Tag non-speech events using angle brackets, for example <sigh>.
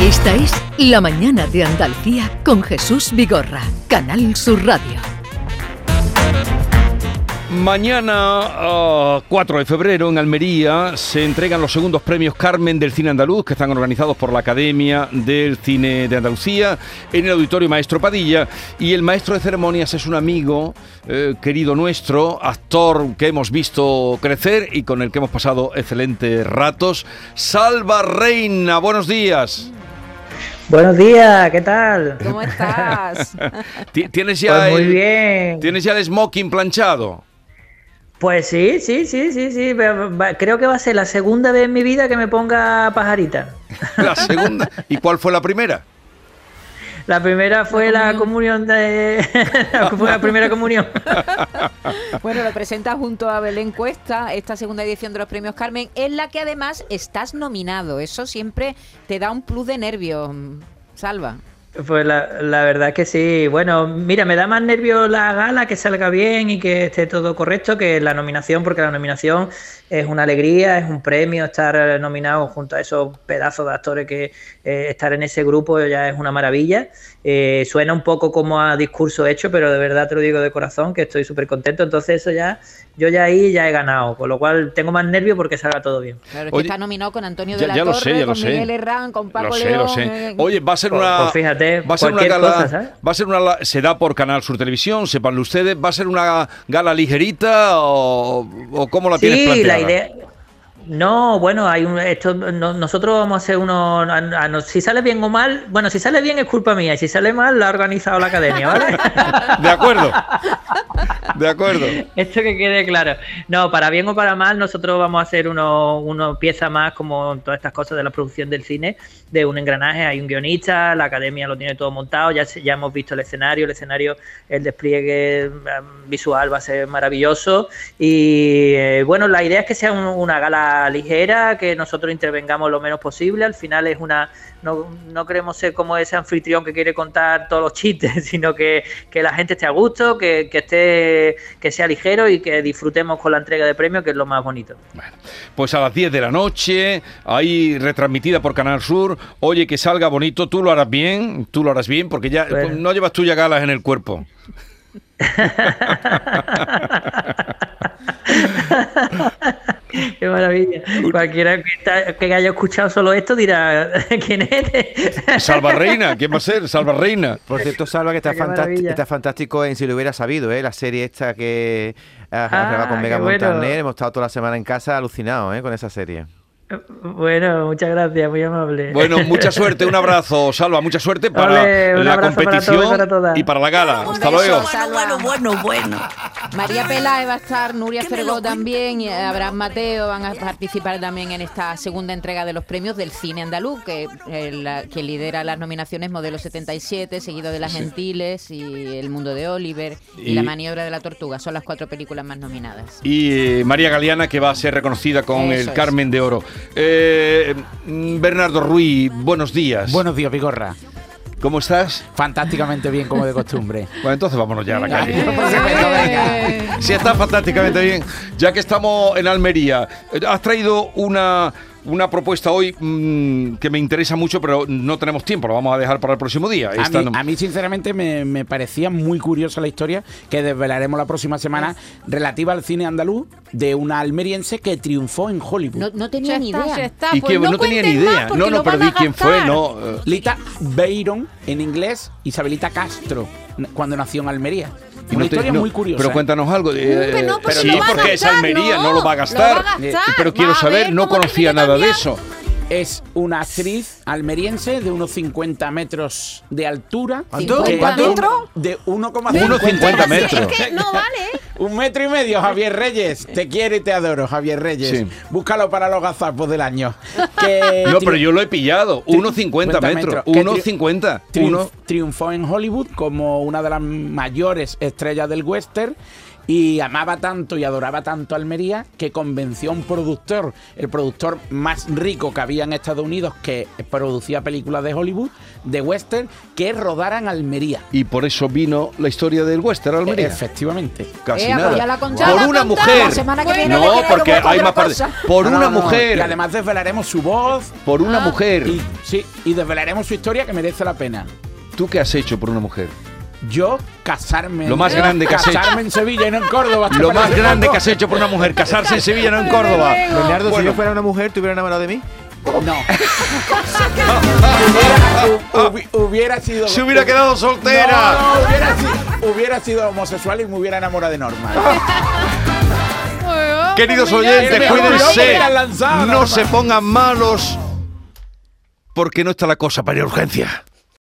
Esta es La Mañana de Andalucía con Jesús Vigorra, Canal Sur Radio. Mañana, ah, 4 de febrero, en Almería, se entregan los segundos premios Carmen del Cine Andaluz, que están organizados por la Academia del Cine de Andalucía, en el Auditorio Maestro Padilla. Y el maestro de ceremonias es un amigo eh, querido nuestro, actor que hemos visto crecer y con el que hemos pasado excelentes ratos. Salva Reina, buenos días. Buenos días, ¿qué tal? <laughs> ¿Cómo estás? Ti- ¿Tienes ya, Pues muy el, bien. ¿Tienes ya el smoking planchado? Pues sí, sí, sí, sí, sí. va- va- Creo que va a ser la segunda vez en mi vida que me ponga pajarita. La segunda. ¿Y cuál fue la primera? La primera fue la comunión de... <laughs> fue la primera comunión. Bueno, lo presentas junto a Belén Cuesta, esta segunda edición de los premios Carmen, en la que además estás nominado. Eso siempre te da un plus de nervios, mm, Salva. Pues la, la verdad es que sí. Bueno, mira, me da más nervio la gala, que salga bien y que esté todo correcto, que la nominación, porque la nominación es una alegría, es un premio estar eh, nominado junto a esos pedazos de actores que eh, estar en ese grupo ya es una maravilla. Eh, suena un poco como a discurso hecho, pero de verdad te lo digo de corazón, que estoy súper contento. Entonces eso ya, yo ya ahí ya he ganado, con lo cual tengo más nervio porque salga todo bien. Claro, es Oye, que estás nominado con Antonio de ya- la ya lo Torre, sé, ya lo con sé. Miguel Herrán, con Paco lo sé, León. lo sé. eh, Oye, va a ser Pues- una. pues fíjate, va a ser una cualquier gala. cosa, ¿sabes? Va a ser una. la- Se da por Canal Sur Televisión, sepanlo ustedes. ¿Va a ser una gala ligerita o, o cómo la tienes Sí, planteada? la idea. No, bueno, hay un, esto, no- nosotros vamos a hacer uno. a- a- no- si sale bien o mal, bueno, si sale bien es culpa mía, y si sale mal, la ha organizado la academia, ¿vale? <laughs> De acuerdo. De acuerdo. <laughs> esto que quede claro. No, para bien o para mal, nosotros vamos a hacer uno, uno pieza más, como todas estas cosas de la producción del cine, de un engranaje. Hay un guionista, la academia lo tiene todo montado, ya, se- ya hemos visto el escenario, el escenario, el despliegue eh, visual va a ser maravilloso. Y eh, bueno, la idea es que sea un- una gala ligera, que nosotros intervengamos lo menos posible. Al final es una. No, no queremos ser como ese anfitrión que quiere contar todos los chistes, <laughs> sino que, que la gente esté a gusto, que, que esté, que sea ligero y que disfrutemos con la entrega de premios, que es lo más bonito. Pues a las 10 de la noche, ahí retransmitida por Canal Sur. Oye, que salga bonito, tú lo harás bien, tú lo harás bien, porque ya Bueno. no llevas tú ya galas en el cuerpo. <laughs> Qué maravilla. Cualquiera que, está- que haya escuchado solo esto dirá <laughs> quién es. este? Salva Reina, ¿quién va a ser? Salva Reina. Por cierto, Salva, que está, Qué fantast- maravilla. está fantástico en Si lo hubiera sabido, ¿eh? La serie esta que ah, Ah, graba con qué Mega bueno. Montaner. Hemos estado toda la semana en casa alucinados, ¿eh? Con esa serie. <laughs> Bueno, muchas gracias, muy amable. <laughs> Bueno, mucha suerte, un abrazo, Salva, mucha suerte para Ole, un la abrazo para todos y competición para todas. y para la gala. Un Hasta beso. luego. Salva. Bueno, bueno, bueno, bueno. María Peláez va a estar, Nuria ¿Qué me lo Fergó cuentas? también, y Abraham Mateo van a participar también en esta segunda entrega de los premios del cine andaluz, que, eh, la- que lidera las nominaciones Modelo 77, seguido de Las Gentiles y El Mundo de Oliver y, Y- La Maniobra de la Tortuga. Son las cuatro películas más nominadas. Y eh, María Galeana, que va a ser reconocida con Eso el es. Carmen de Oro. Eh, mm, Bernardo Ruiz, buenos días. Buenos días, Vigorra. ¿Cómo estás? Fantásticamente bien, como de costumbre. Bueno, entonces vámonos ya a la calle. Por supuesto, venga. Sí, está fantásticamente bien. Ya que estamos en Almería, eh, has traído una, una propuesta hoy mm, que me interesa mucho, pero no tenemos tiempo, lo vamos a dejar para el próximo día. A Esta mí, no- a mí, sinceramente, me, me parecía muy curiosa la historia que desvelaremos la próxima semana relativa al cine andaluz de una almeriense que triunfó en Hollywood. No, no tenía ni idea. y que no tenía ni idea. No, no perdí quién fue, no. eh, Lita Beiron, en inglés, Isabelita Castro, n- cuando nació en Almería. y Una no te- historia no, muy curiosa. ¿eh? Pero cuéntanos algo. eh, que no, porque pero lo sí, va a porque es gastar, Almería, no, no, lo va a lo va a gastar. Eh, gastar. pero quiero Va a saber, ver no cómo tiene conocía que nada cambiar. de eso. Es una actriz almeriense de unos 50 metros de altura. ¿Cuánto? que- ¿Cincuenta metros? De 1,50 1,50 metros. Es que no vale. Un metro y medio, Javier Reyes. Te quiero y te adoro, Javier Reyes. Sí. Búscalo para los gazapos <laughs> del año. Que No, tri- pero yo lo he pillado. 1,50 metros. Que tri- 1,50. triunf- Uno- Triunfó en Hollywood como una de las mayores estrellas del western. Y amaba tanto y adoraba tanto a Almería que convenció a un productor, el productor más rico que había en Estados Unidos que producía películas de Hollywood, de western, que rodaran Almería. Y por eso vino la historia del western a Almería. Efectivamente. Casi Ea, pues nada. ya la contamos. por Ya la una contamos. mujer. La semana que viene le no, traigo porque otra hay más cosa. partes. Por No, una no, no. Y mujer. además desvelaremos su voz, Por una mujer. Y Sí, y desvelaremos su historia que merece la pena. ¿Tú qué has hecho por una mujer? Yo casarme. Lo más grande que has hecho. Casarme en Sevilla y no en Córdoba. Lo más grande que has hecho por una mujer, casarse en Sevilla, no en Córdoba. Leonardo, si Bueno. yo fuera una mujer, ¿te hubieras enamorado de mí? <laughs> No. hubiera, hubi- hubiera sido. Se hubiera quedado soltera. No, hubiera, si- hubiera sido homosexual y me hubiera enamorado de Norma. Queridos oyentes, Mira, cuídense. mira, No lanzada, Norma. se pongan malos. Porque no está la cosa para ir a urgencia.